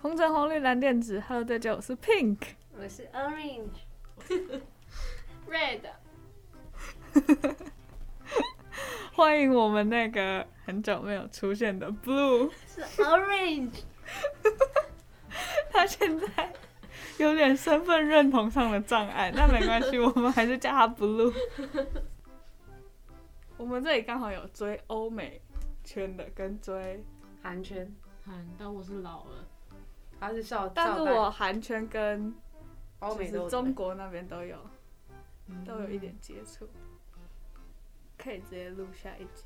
红橙红绿蓝靛紫，Hello，大家好，我是 Pink。我是 Orange ，Red，欢迎我们那个很久没有出现的 Blue，是 Orange，他现在有点身份认同上的障碍，那没关系，我们还是叫他 Blue。我们这里刚好有追欧美圈的跟追，韩圈，喊，但我是老了，他是笑，但是照带我韩圈跟欧就美是都中国那边都有嗯都有一点接触，可以直接录下一集。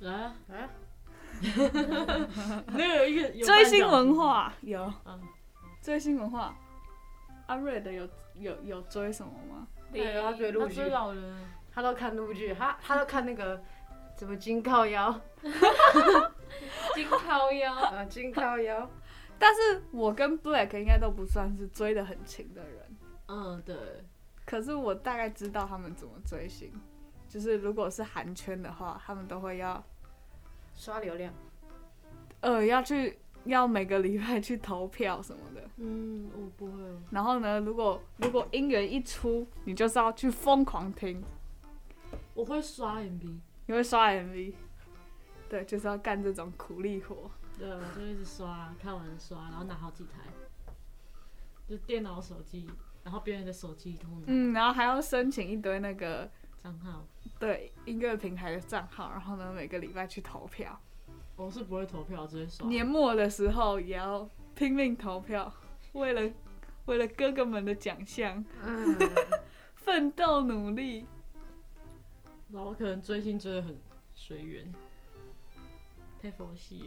来啊，啊， 那个有一个有追半星小时文，化有，嗯，追星文化。阿瑞的有有有追什么吗？对，他追他陆剧哎追，老人，啊他都看陆剧，他他都看那个什么金靠 腰，金靠腰，啊，金靠腰，但是我跟 Black 应该都不算是追得很勤的人， 嗯，对，可是我大概知道他们怎么追星。就是如果是韩圈的话，他们都会要刷流量，呃要去要每个礼拜去投票什么的。嗯，我不会哦，然后呢，如果如果音源一出，你就是要去疯狂听，我会刷 MV，你会刷 MV，对，就是要干这种苦力活。对，我就一直刷，看完刷，然后拿好几台，就电脑、手机，然后别人的手机通拿嗯，然后还要申请一堆那个账号，对音乐平台的账号，然后呢每个礼拜去投票，我是不会投票，我只会刷，年末的时候也要拼命投票，为了为了哥哥们的奖项嗯， 奋斗努力。然后我可能追星追的很随缘，太佛系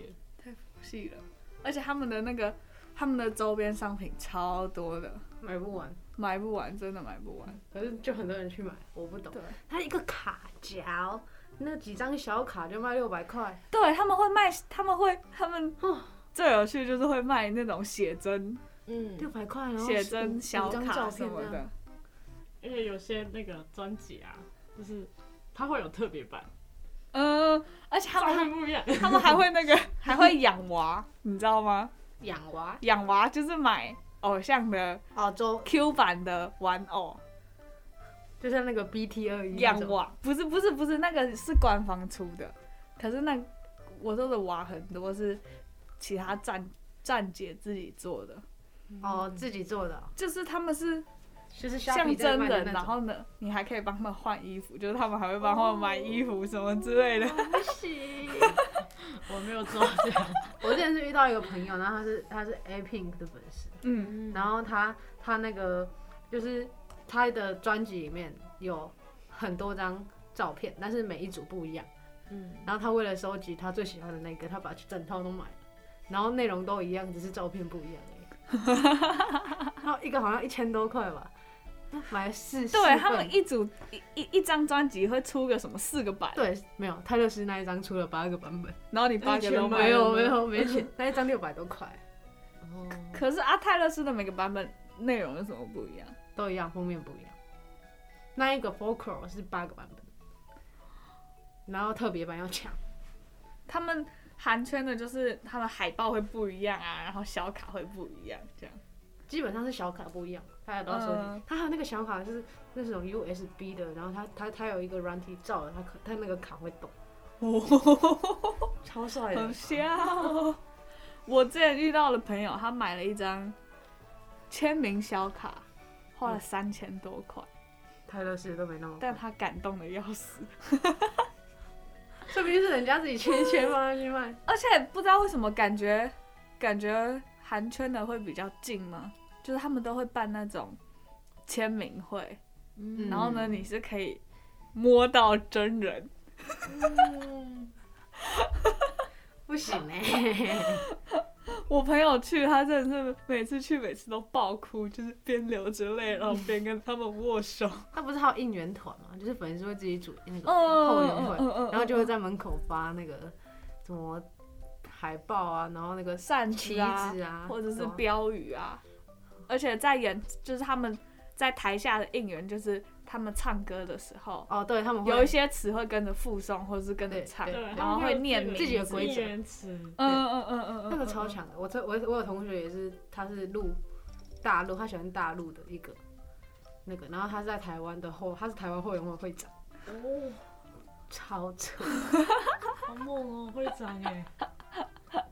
了，是了，而且他们的那个他们的周边商品超多的，买不完，买不完，真的买不完。可是就很多人去买，我不懂对，他一个卡夹，哦那几张小卡就卖六百块，对，他们会卖，他们会他们哦最有趣就是会卖那种写真、嗯六百块，然后写真五小五张卡照什片么这样的。而且有些那个专辑啊，就是它会有特别版，嗯，而且他照们片不一样，他们还会那个， 还会养娃，你知道吗？养娃，哦养娃就是买偶像的澳洲 Q 版的玩偶，就像那个 BT 二一养娃不是不是不是，那个是官方出的，可是那我说的娃很多是其他站站姐自己做的，哦，嗯自己做的哦，就是他们是就是虾像皮在真卖的人，那然种， 后呢，你还可以帮他们换衣服，就是他们还会帮他们买衣服什么之类的。不行，我没有做这样，我之前是遇到一个朋友，然后他是他是 A Pink 的粉丝。嗯，然后他他那个就是他的专辑里面有很多张照片，但是每一组不一样。嗯。然后他为了收集他最喜欢的那个，他把整套都买了，然后内容都一样，只是照片不一样而已。然后一个好像一千多块吧，买了四对四他们份一组一一一张专辑会出个什么四个版，对没有泰勒斯那一张出了八个版本，然后你八个都买了没哎有吗没有没钱，那一张六百多块哦，可是阿泰勒斯的每个版本内容有什么不一样？都一样，封面不一样。那一个 Focal 是八个版本，然后特别版要抢。他们韩圈的就是他们海报会不一样啊，然后小卡会不一样，这样。基本上是小卡不一样，大家都要收集。嗯它还有那个小卡是那种 USB 的，然后它它它有一个软体照了，它可它那个卡会动，哦，超帅好笑哦！我之前遇到的朋友，他买了一张签名小卡，花了三千多块，泰勒斯都没那么贵，但他感动的要死，说不定是人家自己签一签放上去卖。而且不知道为什么感觉感觉韩圈的会比较近吗？就是他们都会办那种签名会，嗯然后呢，你是可以摸到真人，嗯 不行哎、我朋友去，他真的是每次去，每次都爆哭，就是边流着泪，然后边跟他们握手。它不是还有应援团嘛，就是粉丝会自己组那个后援嗯会， 嗯然后就会在门口发那个什么海报啊，然后那个扇旗子啊，子啊，或者是什么标语啊，而且在演，就是他们在台下的应援，就是他们唱歌的时候，哦，对他们会有一些词会跟着附送，或是跟着对唱，对然后会念名字自己的规则原词嗯嗯嗯嗯嗯，那个嗯超，强的，我这我我有同学也是，他是录大陆，他喜欢大陆的一个那个，然后他是在台湾的后，他是台湾后援会会长，哦，超扯！好猛哦，会长哎，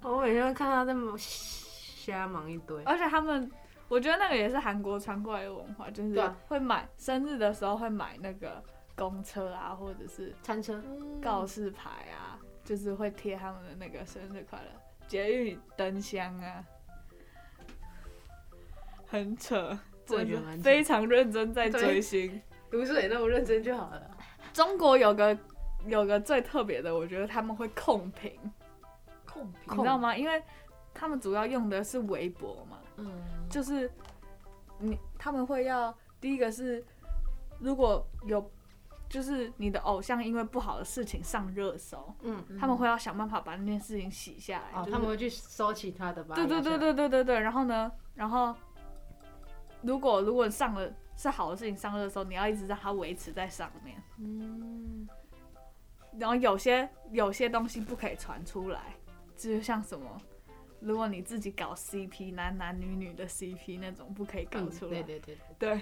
哦我每天看他在忙瞎忙一堆，而且他们。我觉得那个也是韩国传过来的文化，就是对啊会买生日的时候会买那个公车啊，或者是餐车告示牌啊，就是会贴他们的那个生日快乐、捷运灯箱啊，很扯，我也真觉得的蛮扯非常认真在追星。 读书也那么认真就好了。中国有个有个最特别的，我觉得他们会控评，控评你知道吗？因为他们主要用的是微博嘛，嗯，就是你他们会要第一个是如果有就是你的偶像因为不好的事情上热搜，嗯，他们会要想办法把那件事情洗下来。哦就，是他们会去收起他的吧？对对对对对对对。然后呢，然后如果如果上了是好的事情上热搜，你要一直让它维持在上面。嗯，然后有些有些东西不可以传出来，就像什么，如果你自己搞 CP 男男女女的 CP 那种不可以搞嗯，出对来。对对对，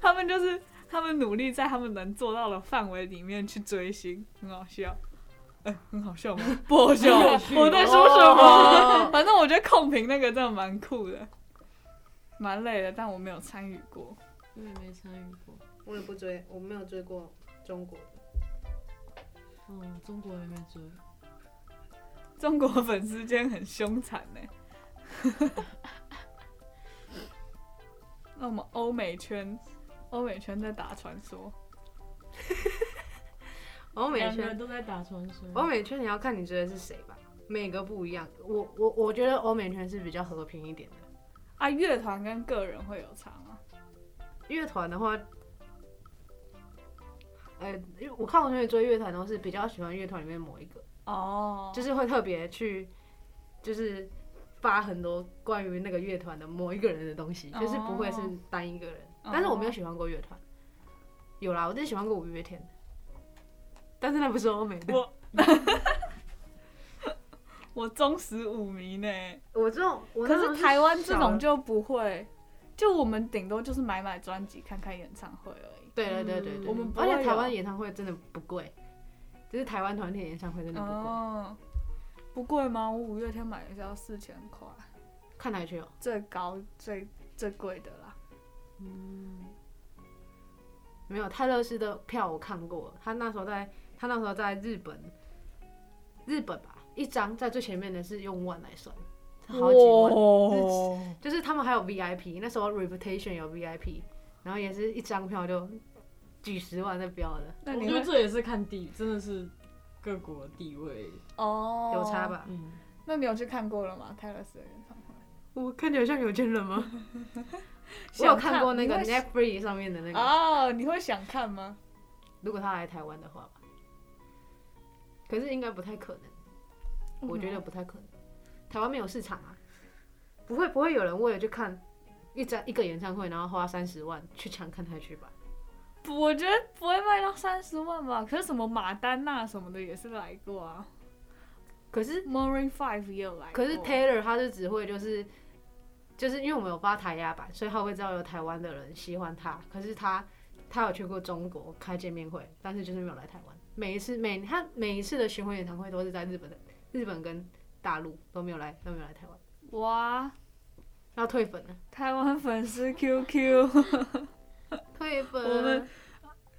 他们就是他们努力在他们能做到的范围里面去追星，很好笑。呃，很好笑吗？不好笑，我在说什么？哦反正我觉得控评那个真的蛮酷的，蛮累的，但我没有参与过。我也没参与过，我也不追，我没有追过中国的，嗯，中国也没追，中国粉丝间很凶残呢。 那我们欧美圈，欧美圈在打传说，欧美两个圈人都在打传说，欧美圈你要看你追的是谁吧，每个不一样。我我我觉得欧美圈是比较和平一点的。啊，乐团跟个人会有差吗？乐团的话，呃，因为我看我同学追乐团都是比较喜欢乐团里面某一个，哦，就是会特别去，就是发很多关于那个乐团的某一个人的东西，哦就是不会是单一个人。哦但是我没有喜欢过乐团，有啦，我真喜欢过五月天，但是那不是欧美的。我我忠实舞迷呢。我这种，我那可时候是台湾这小种的就不会，就我们顶多就是买买专辑、看看演唱会而已。对对对对嗯对，我们不而会且有台湾演唱会真的不贵，就是台湾团体演唱会真的不贵，哦，不贵吗？我五月天买的是要四千块，看哪去哦。最高最最贵的啦。嗯，没有泰勒斯的票我看过，他那时候在他那时候在日本，日本吧，一张在最前面的是用万来算，好几万，万。就是他们还有 VIP，那时候 Reputation 有 VIP，然后也是一张票就几十万在标的，那我你觉得会这也是看地，真的是各国地位，哦有差？吧？嗯，那你有去看过了吗？泰勒斯的演唱会？我看起来像有钱人吗？我有看过那个想看 Netflix 上面的那你会个，哦，你会想看吗？如果他来台湾的话吧，可是应该不太可能。我觉得不太可能，台湾没有市场啊，不会不会有人为了去看一张一个演唱会，然后花三十万去抢看台去吧？不，我觉得不会卖到三十万吧。可是什么马丹娜什么的也是来过啊可是，Maroon Five 也有来过。可是 Taylor 他是只会就是就是因为我们有发台压版，所以他会知道有台湾的人喜欢他，可是他他有去过中国开见面会，但是就是没有来台湾。每一次每他每一次的巡回演唱会都是在日本的，日本跟大陆都没有来都没有来台湾，哇，要退粉了，台湾粉丝 QQ，退粉。我们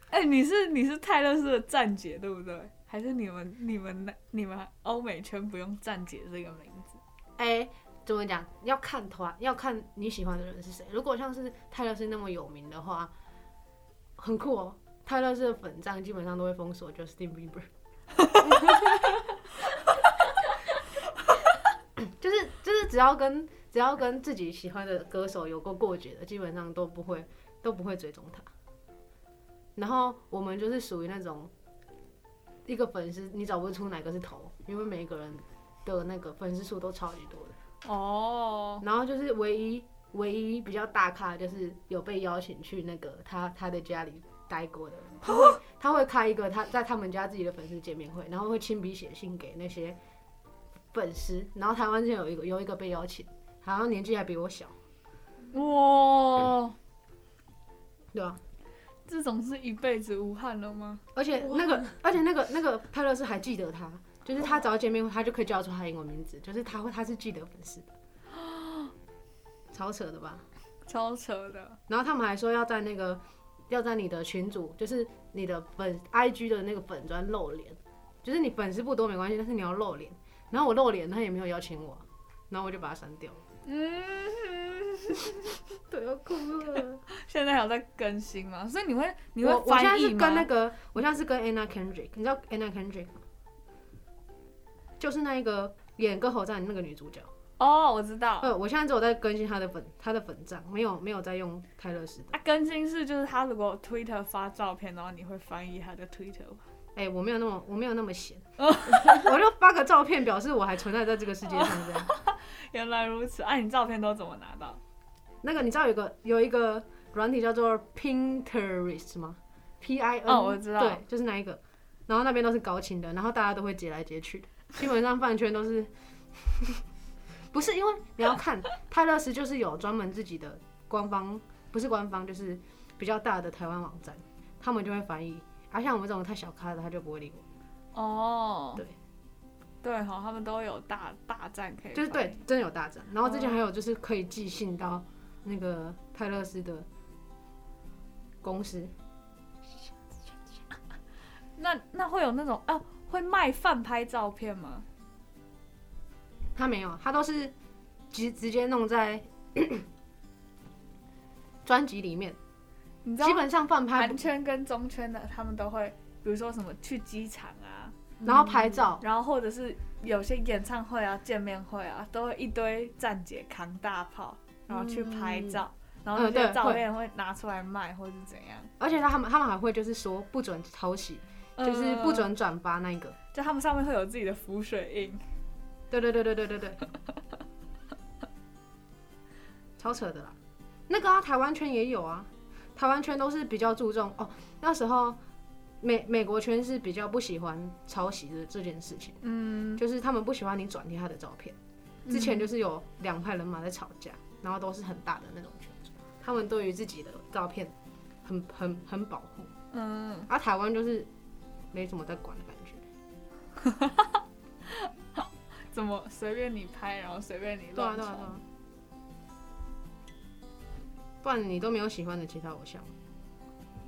哎、你是你是泰勒斯的站姐对不对？还是你们你们那你们欧美圈不用站姐这个名字？哎、怎么讲？要看团，要看你喜欢的人是谁。如果像是泰勒斯那么有名的话，很酷哦。泰勒斯的粉账基本上都会封锁 Justin Bieber，就是就是只要跟只要跟自己喜欢的歌手有过过节的，基本上都不会都不会追踪他。然后我们就是属于那种一个粉丝，你找不出哪个是头，因为每一个人的那个粉丝数都超级多的。哦，然后就是唯一唯一比较大咖就是有被邀请去那个他他的家里待过的人，他会他会开一个他在他们家自己的粉丝见面会，然后会亲笔写信给那些粉丝。然后台湾就有一个有一个被邀请，好像年纪还比我小，哇，对啊，这种是一辈子无憾了吗？而且那个而且那个那个泰勒斯还记得他，就是他只要见面会，他就可以叫出他英文名字，就是他会他是记得粉丝的，超扯的吧？超扯的，然后他们还说要在那个要在你的群组，就是你的粉 IG 的那个粉砖露脸，就是你粉丝不多没关系，但是你要露脸。然后我露脸，他也没有邀请我，然后我就把他删掉了。嗯，对，要哭了。现在还有在更新吗？所以你会 你会我我现在翻是译吗？跟那个，我现在是跟 Anna Kendrick，你知道 Anna Kendrick 吗？就是那一个演《歌喉战》那个女主角。哦，我知道，呃，我现在只有在更新她的粉，她的粉账，没有没有在用泰勒斯的。啊，更新是就是他如果 Twitter 发照片，然后你会翻译他的 Twitter 吗？哎、我没有那么我没有那么闲，哦 我就发个照片表示我还存在在这个世界上这样。原来如此，啊，你照片都怎么拿到？那个你知道有个有一个软体叫做 Pinterest 吗？P I N，哦我知道对，就是那一个。然后那边都是高清的，然后大家都会截来截去的，基本上饭圈都是。 不是因为你要看泰勒斯就是有专门自己的官方，不是官方就是比较大的台湾网站，他们就会翻译。而、像我们这种太小咖的，他就不会理我。哦，对，对哈，他们都有大大战可以，就是对，，真的有大展。然后之哦前还有就是可以寄信到那个泰勒斯的公司，那那会有那种啊，会卖饭拍照片吗？他没有，他都是直直接弄在 专辑里面，你知道基本上放拍韩，圈跟中圈的他们都会，比如说什么去机场啊，然后拍照，然后或者是有些演唱会啊、见面会啊，都会一堆站姐扛大炮，然后去拍照，然后那些嗯对照片会拿出来卖或是怎样，而且他们他们还会就是说不准抄袭，就是不嗯，准转发那个。就他们上面会有自己的浮水印。对对对对对对对，超扯的啦。那个啊，台湾圈也有啊，台湾圈都是比较注重哦。那时候美美国圈是比较不喜欢抄袭的这件事情，嗯，就是他们不喜欢你转贴他的照片。之前就是有两派人马在吵架，然后都是很大的那种群组，他们对于自己的照片很很很保护，嗯，而、台湾就是没怎么在管的感觉。怎么随便你拍，然后随便你对乱啊对啊传。对啊。不然你都没有喜欢的其他偶像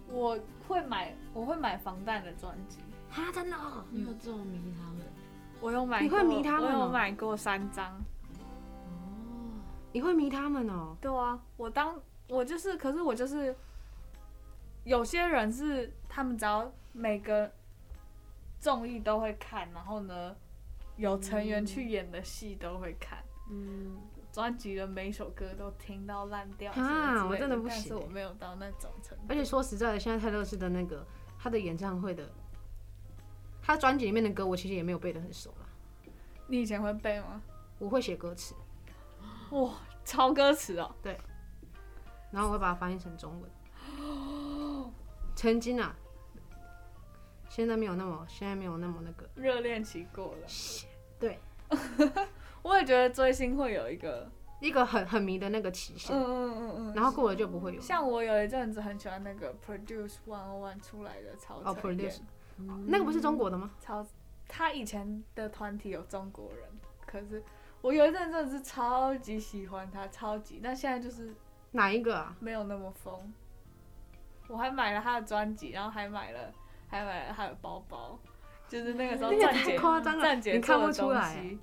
我会买，我会买防弹的专辑，啊？真的、哦你有这种迷他们我有买过，你会迷他们哦我有买过三张。哦，你会迷他们哦、对啊，我当我就是，可是我就是，有些人是他们只要每个综艺都会看，然后呢，有成员去演的戏都会看，嗯，专辑的每首歌都听到烂掉啊什么之类我真的不但行是我欸没有到那种程度。而且说实在的，现在泰勒斯的那个他的演唱会的，他专辑里面的歌，我其实也没有背得很熟啦。你以前会背吗？我会写歌词，哇，超歌词哦！然后我会把它翻译成中文。 曾经啊，现在没有那么，现在没有那么那个。热恋期过了，对， 我也觉得追星会有一个，一个很很迷的那个期嗯限，嗯嗯嗯，然后过了就不会有了。像我有一阵子很喜欢那个 Produce One One 出来的曹承哦，Produce 彦，那个不是中国的吗？超，他以前的团体有中国人，可是我有一阵真的是超级喜欢他，超级，但现在就是哪一个啊？没有那么疯。我还买了他的专辑，然后还买了还买了他的包包，就是那个时候那个站太姐夸张了，站姐你看做不的出东来欸，西，就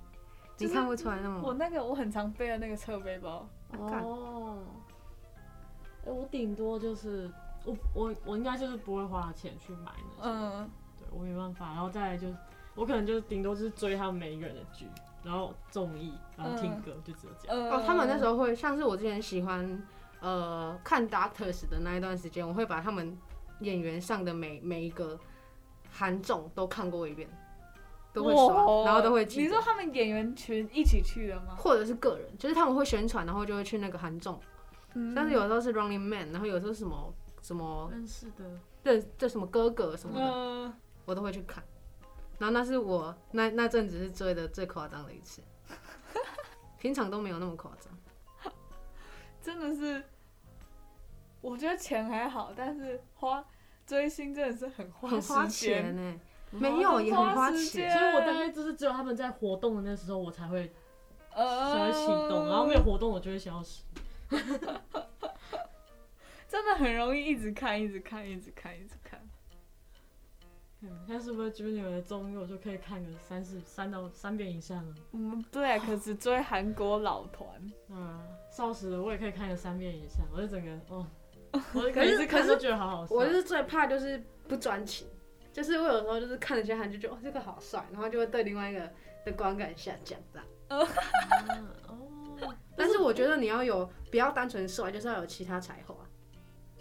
你是看不出来那我么。那个我很常背的那个侧背包，干哦，哎，我顶多就是我我我应该就是不会花钱去买那些，嗯，对我没办法，然后再来就是我可能就是顶多就是追他们每一个人的剧，然后综艺，然后听歌，就只有这样。呃哦，他们那时候会，像是我之前喜欢呃看 Doctors 的那一段时间，我会把他们演员上的每每一个韩综都看过一遍，都会刷，哇然后都会记你得说他们演员群一起去的吗？或者是个人，就是他们会宣传，然后就会去那个韩综嗯但是有时候是 Running Man，然后有时候是什么什么认识哦的，这这什么哥哥什么的，嗯，我都会去看。然后那是我那那阵子是追的最夸张的一 次，平常都没有那么夸张。真的是，我觉得钱还好，但是花追星真的是很花很花时钱间，呢、没有也很花时钱间所以我大概就是只有他们在活动的那时候，我才会呃，才会启动，然后没有活动我就会消失。真的很容易一直看，一直看，一直看，一直看。嗯，像 Super Junior 的综艺，我就可以看个三四三到三遍以上了。嗯， 对，可只追韩国老团，嗯，少时的我也可以看个三遍以上，我就整个 哦，我可是每次看都觉得好好笑。我就是最怕就是不专情，就是我有时候就是看了一些韩剧，就觉得哦这个好帅，然后就会对另外一个的观感下降这样。嗯哦，但是我觉得你要有不要单纯帅，就是要有其他才华，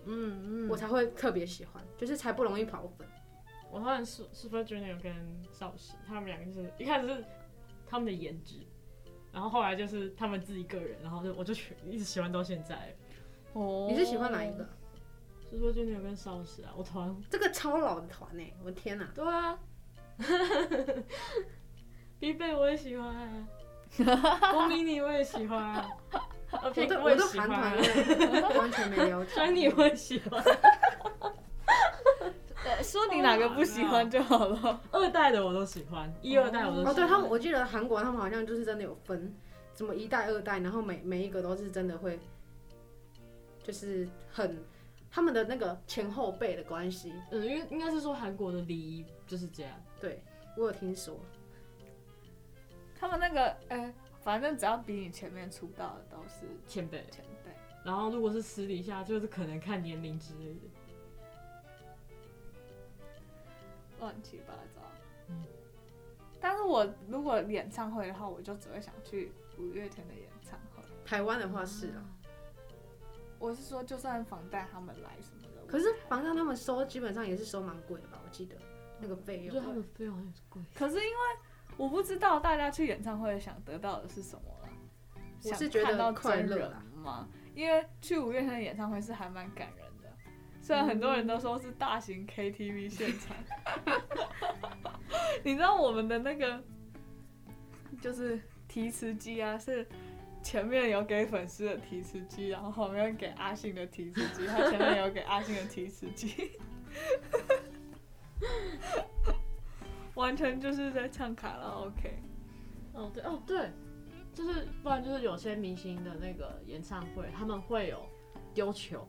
嗯嗯，我才会特别喜欢，就是才不容易跑粉。我发现 Su- Super Junior 跟少时，他们两个就是一开始是他们的颜值，然后后来就是他们自己个人，然后就我就喜一直喜欢到现在。哦你是喜欢哪一个？？ Super Junior 跟少时啊，我团这个超老的团呢、我的天哪、对啊必备我也喜欢啊，我迷你我也喜欢啊，我我屁对我我也对喜韩欢团啊，我完全没了 解。穿你我也喜欢，呃说你哪个不喜欢就好了。二代的我都喜欢，一二代我都喜欢。哦，对他们，我记得韩国他们好像就是真的有分，什么一代、二代，然后每每一个都是真的会，就是很他们的那个前后辈的关系，嗯，因为应该是说韩国的礼仪就是这样，对我有听说，他们那个，哎，反正只要比你前面出道的都是前辈。前辈。然后如果是私底下，就是可能看年龄之类的。乱七八糟。嗯但是我如果演唱会的话，我就只会想去五月天的演唱会。台湾的话是啊，我是说，就算防弹他们来什么嗯的，可是我还防弹他们收基本上也是收蛮贵的吧，我记得那个费我觉得他用们费用很贵。可是因为我不知道大家去演唱会想得到的是什么啦，啊我是想觉得看到快真乐人啦吗？因为去五月天的演唱会是还蛮感人的，虽然很多人都说是大型 KTV 现场。 你知道我们的那个就是提词机啊，是前面有给粉丝的提词机，然后后面给阿信的提词机，他前面有给阿信的提词机， 完全就是在唱卡拉 OK。哦，对，哦对，就是不然就是有些明星的那个演唱会，他们会有丢球，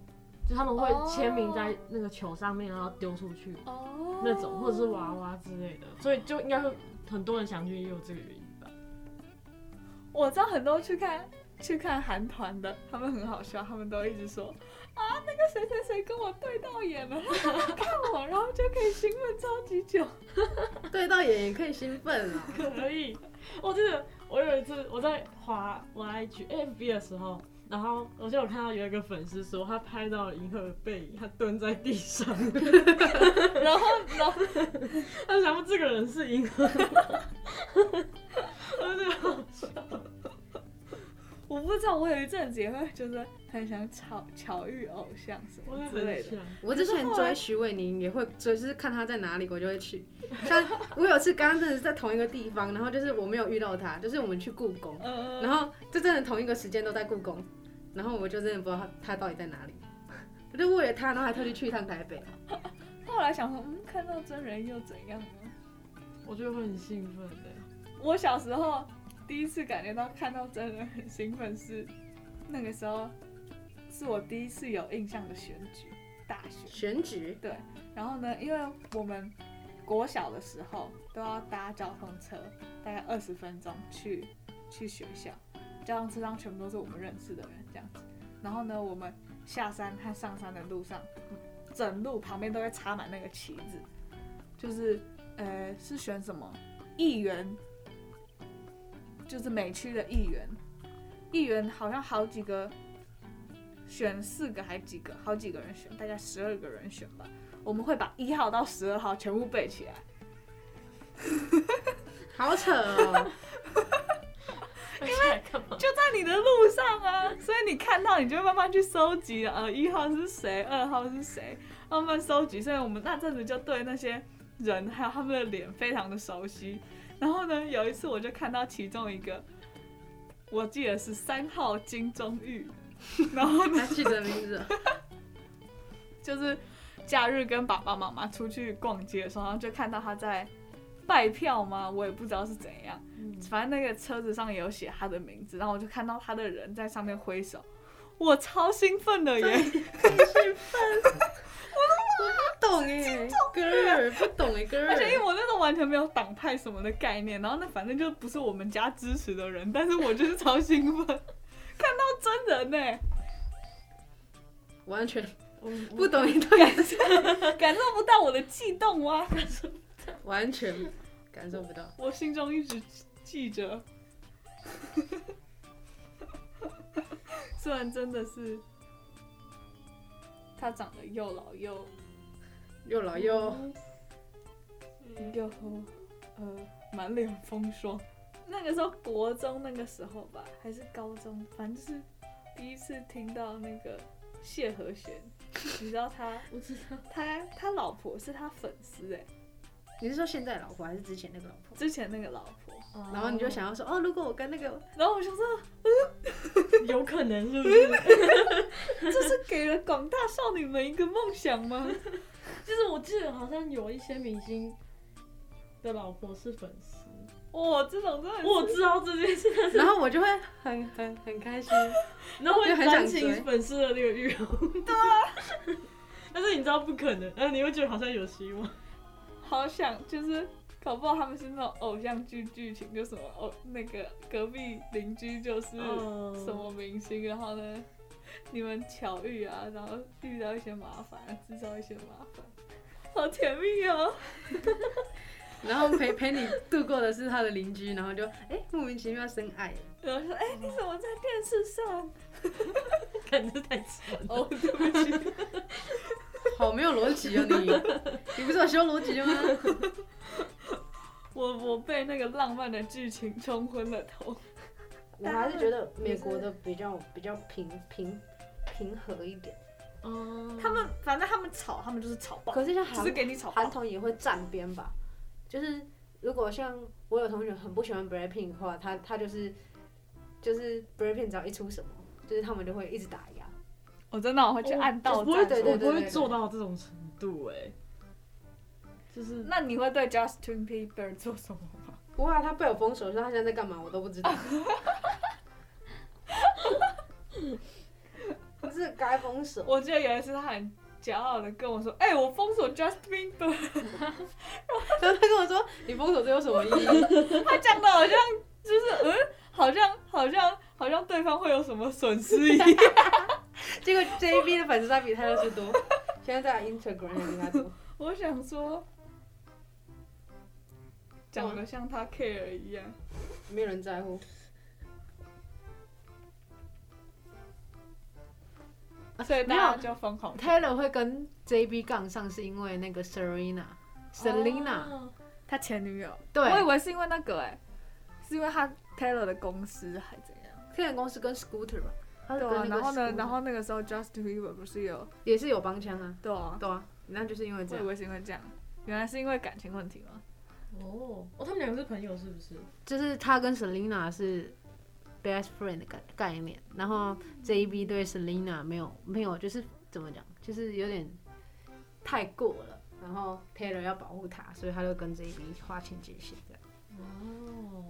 就他们哦会签名在那个球上面，然后丢出去哦那种，或者是娃娃之类的，所以就应该会很多人想去，也有这个原因吧。我知道很多去看去看韩团的，他们很好笑，他们都一直说啊，那个谁谁谁跟我对到眼了， 看我，然后就可以兴奋超级久。对到眼也可以兴奋啊，可以，我记得我有一次我在滑我 IG FB 的时候，然后我就有看到有一个粉丝说他拍到了银河的背影，他蹲在地上， 然后，然后他想说这个人是银河，我就觉得好笑我不知道，我有一阵子也会就是很想巧巧遇偶像什我么也之类很啊的。想。我之前可是后来追徐伟宁也会，就是看他在哪里，我就会去。像我有次刚刚真的是在同一个地方，然后就是我没有遇到他，就是我们去故宫，嗯，然后就真的同一个时间都在故宫，然后我就真的不知道他他到底在哪里。 我就为了他，然后还特地去一趟台北。后来想说，嗯，看到真人又怎样呢？我觉得会很兴奋欸的。我小时候第一次感觉到看到真人很兴奋是那个时候，是我第一次有印象的选举，大选。选举对，然后呢，因为我们国小的时候都要搭交通车，大概二十分钟去去学校，交通车上全部都是我们认识的人这样子。然后呢，我们下山和上山的路上，整路旁边都会插满那个旗子，就是呃是选什么议员，就是每区的议员，议员好像好几个选四个还几个，好几个人选，大概十二个人选吧。我们会把一号到十二号全部背起来，好扯哦，干嘛？就在你的路上啊，所以你看到你就会慢慢去收集，呃，一号是谁，二号是谁，慢慢收集。所以我们那阵子就对那些人还有他们的脸非常的熟悉。然后呢，有一次我就看到其中一个，我记得是三号金钟玉，然后呢他记得名字了，哦就是假日跟爸爸妈妈出去逛街的时候，然后就看到他在拜票吗？我也不知道是怎样。反正那个车子上也有写他的名字，然后我就看到他的人在上面挥手，我超兴奋的耶！ 懂哎，哥儿不懂哎，哥而且因为儿。我那时候完全没有党派什么的概念，然后那反正就不是我们家支持的人，但是我就是超兴奋， 看到真人呢、完全我不懂你欸到底是，感受不到我的悸动啊！完全感受不到。我心中一直记着。 虽然真的是，他长得又老又又老又嗯又呃满脸风霜。那个时候国中那个时候吧，还是高中，反正就是第一次听到那个谢和弦，你知道他， 我知道，他他老婆是他粉丝哎、你是说现在老婆还是之前那个老婆？之前那个老婆，然后你就想要说，哦，如果我跟那个 然后我想说，哦有可能是 不是？这是给了广大少女们一个梦想吗？就是我记得好像有一些明星的老婆是粉丝，哇，这种真的是我知道这件事，然后我就会很很很开心，然后会就很想煽情追粉丝的那个欲望。对啊 但是你知道不可能，但呃是你会觉得好像有希望。好想就是，搞不好他们是那种偶像剧剧情，就什么哦，那个隔壁邻居就是嗯什么明星，然后呢，你们巧遇啊，然后遇到一些麻烦，制造一些麻烦，好甜蜜哦。然后陪 陪你度过的是他的邻居，然后就哎、莫名其妙深爱，然后说，哎、你怎么在电视上？感觉太扯了。哦，对不起，好没有逻辑哦你， 你不是有修逻辑的吗？我我被那个浪漫的剧情冲昏了头。我还是觉 得美国的比较比较平平平和一点，哦 他们反正他们吵，他们就是吵爆，可是像只是韩给你吵韩爆。团也会站边吧，就是如果像我有同学很不喜欢 BLACKPINK 的话，他他就是就是 BLACKPINK 只要一出什么，就是他们就会一直打压，我真的我会去按道我不会，站对什对么我的。不会做到这种程度哎、就是 那你会对 Justin Bieber 做什么吗？不会啊，他被我封锁的时候，他现在在干嘛我都不知道。 不是该封锁，我记得有一次他很骄傲的跟我说：“哎、我封锁 Justin Bieber。然后他跟我说你封锁这有什么意义？” 他讲的好像就是嗯，好像好像好像对方会有什么损失一 样。结果 JB 的粉丝他比泰勒斯多，现在在 Instagram 还比他多。我想说，讲的像他 care 一样。没有人在乎。所以没大家有就疯狂 Taylor 会跟 JB 杠上，是因为那个 Serena、Selena，、哦他前女友，我以对，为是因为那个哎、是因为他 Taylor 的公司还怎样？天然公司跟 Scooter 吧，他是对跟啊，然哦那个后呢， Scooter 然后那个时候 Justin Bieber 不是有也是有帮腔啊，对啊，对啊，那就是因为这我以样，为是因为这样，原来是因为感情问题吗？哦，他们两个是朋友是不是？就是他跟 Selena 是 best friend 的概概念，然后 JB 对 Selena 没有没有，就是怎么讲，就是有点太过了，然后 Taylor 要保护他，所以他就跟 JB 划清界限这样。哦，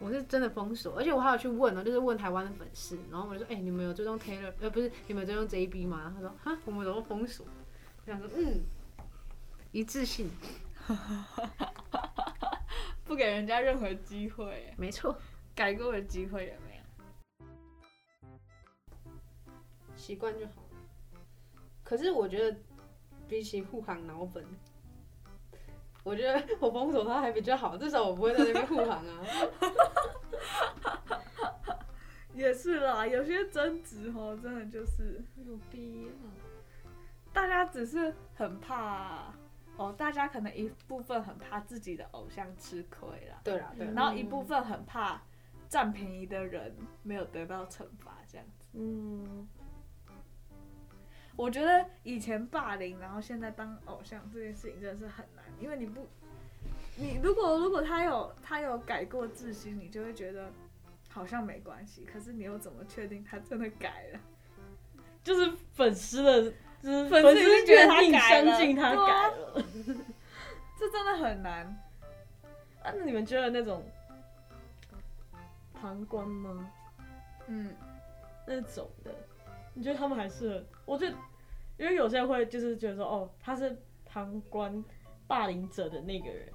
我是真的封锁，而且我还有去问哦，就是问台湾的粉丝，然后我就说，哎、你们有追踪 Taylor 呃，不是你们有追踪 JB 吗？他说，哈，我们都封锁。我想说，嗯，一致性，不给人家任何机会欸、没错，改过的机会也没有。习惯就好了。可是我觉得，比起护航脑粉，我觉得我封锁他还比较好，至少我不会在那边护航啊。也是啦，有些争执哦，真的就是有必要。大家只是很怕哦，大家可能一部分很怕自己的偶像吃亏啦， 对啦，对啦，然后一部分很怕占便宜的人没有得到惩罚，这样子。嗯，我觉得以前霸凌，然后现在当偶像这件事情真的是很难，因为你不，你如果如果他有他有改过自新，你就会觉得好像没关系，可是你又怎么确定他真的改了？就是粉丝的，就是粉丝粉已经丝觉得他认定改了相信他对啊改了。这真的很难。啊，那你们觉得那种旁观吗？嗯，那种的，你觉得他们还适合？我觉得，因为有些人会就是觉得说，哦，他是旁观霸凌者的那个人，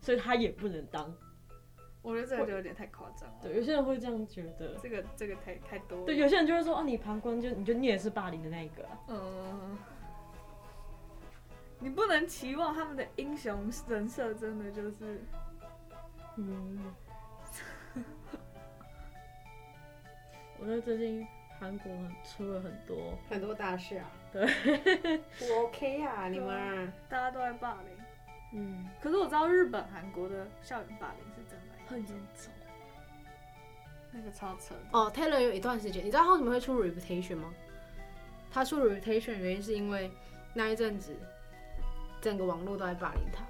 所以他也不能当。我觉得这个就有点太夸张了。对，有些人会这样觉得。这个这个太太多了。对，有些人就会说，哦，你旁观就你就你也是霸凌的那一个啊、嗯，你不能期望他们的英雄人设真的就是嗯，我觉得最近韩国很出了很多，很多大事啊。对，我 OK 啊，你们啊，大家都在霸凌。嗯，可是我知道日本、韩国的校园霸凌是真的，很严 重。那个超扯的。哦，Taylor 有一段时间，你知道他为什么会出 Reputation 吗？他出 Reputation 的原因是因为那一阵子整个网络都在霸凌他，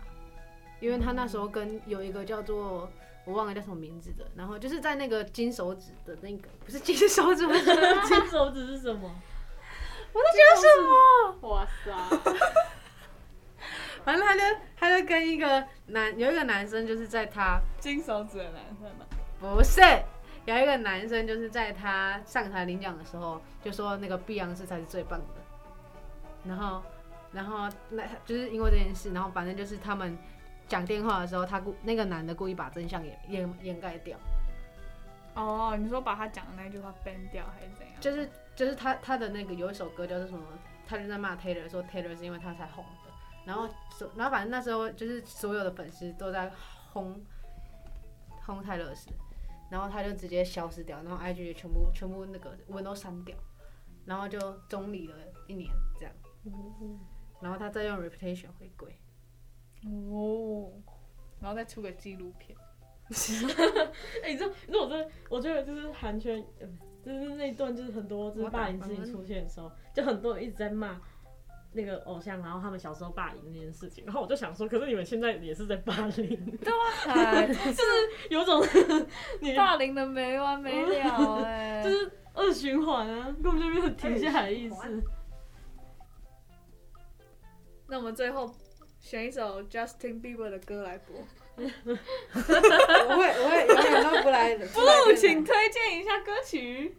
因为他那时候跟有一个叫做我忘了叫什么名字的，然后就是在那个金手指的那个，不是金手指，我是 金手指是什么？哇塞，反正他就他就跟一个男有一个男生就是在他金手指的男生嘛，不是，有一个男生就是在他上台领奖的时候就说那个碧昂斯才是最棒的，然后然后那就是因为这件事，然后反正就是他们讲电话的时候，他故那个男的故意把真相掩掩掩盖掉，哦，你说把他讲的那句话 ban 掉还是怎样？就是就是他他的那个有一首歌叫做什么，他就在骂 Taylor 说 Taylor 是因为他才红的，然后所然后反正那时候就是所有的粉丝都在轰轰泰勒斯，然后他就直接消失掉，然后 IG 也全部全部那个文都删掉，然后就中离了一年这样，嗯然后他再用 Reputation 回归，哦，然后再出个纪录片， 哎、你知道，你知道我真的，我觉得就是韩圈，呃就是那一段，就是很多就是霸凌事情出现的时候，就很多人一直在骂那个偶像，然后他们小时候霸凌那件事情，然后我就想说，可是你们现在也是在霸凌， 哎有种 你霸凌的没完没了 哎、就是二循环啊，根本就没有停下来的意二思。那我们最后选一首 Justin Bieber 的歌来播。 我会我会永远都不来 Blue，请推荐一下歌曲。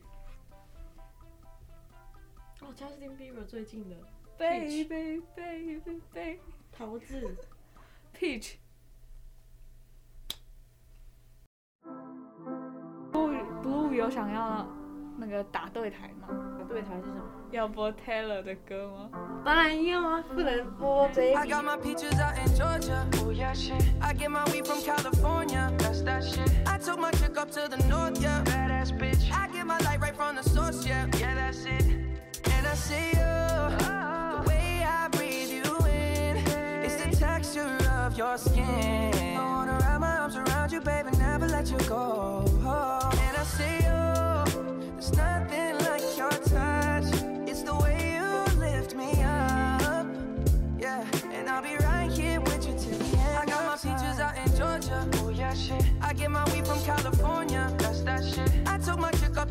哦，Justin Bieber 最近的 Baby baby baby 桃 子， peach。Blue 有想要那个打对台吗？ 对台是什么？要播 Taylor 的歌吗？当然要啊，不能播 Baby。 I got my peaches out in Georgia. Oh yeah, shit. I get my weed from California. That's that shit. I took my chick up to the north, yeah. Badass bitch. I get my light right from the source, yeah. Yeah, that's it. Oh. And I see you. The way I breathe you in is the texture of your skin. I wanna wrap my arms around you, baby, never let you go. And I see you. There's nothing like your touch. It's the way you lift me up. Yeah, and I'll be right here with you till the end. I got my peaches out in Georgia. Oh yeah, shit. I get my weed from California. That's that shit. I took my chick up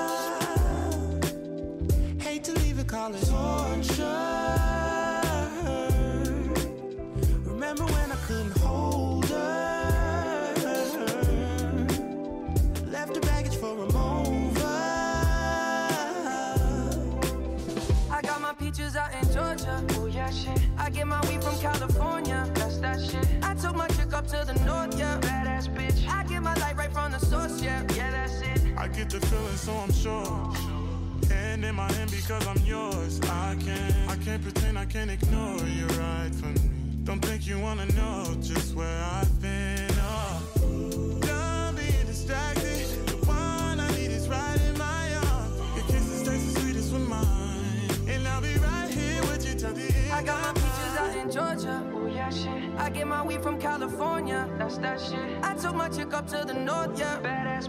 Yorker. Hate to leave it, call it torture. Remember when I couldn't hold her? Left the baggage for a mover. I got my peaches out in Georgia. Oh yeah, shit. I get my weed from California. That's that shit. I took my chick up to the north, yeah. Badass bitch. I get my light right from the source, yeah. Yeah, that's it. I get get the feeling, so I'm sure. And in my hand because I'm yours. I can't, I can't pretend, I can't ignore you right from me. Don't think you wanna know just where I've been. Oh. Done being distracted. The one I need is right in my arms. Your kisses taste the sweetest with mine, and I'll be right here with you till the end. I got my of peaches out in Georgia. Oh yeah, shit. I get my weed from California. That's that shit. I took my chick up to the north, yeah. Badass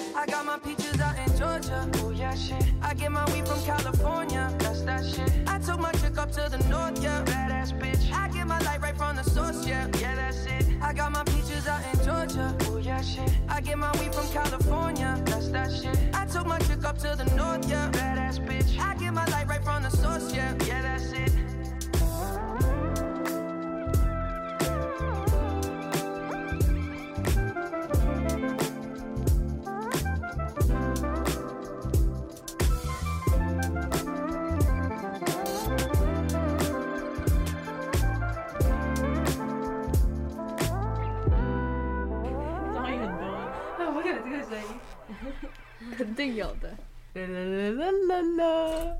I got my peaches out in Georgia. Oh yeah, shit. I get my weed from California. That's that shit. I took my chick up to the north, yeah. Badass bitch. I get my light right from the source, yeah. Yeah, that's it. I got my peaches out in Georgia. Oh yeah, shit. I get my weed from California. That's that shit. I took my chick up to the north, yeah. Badass bitch. I get my light right from the source, yeah. Yeah, that's it. 综艺很多，会啊不 会有这个声音？肯定有的。啦啦啦啦啦。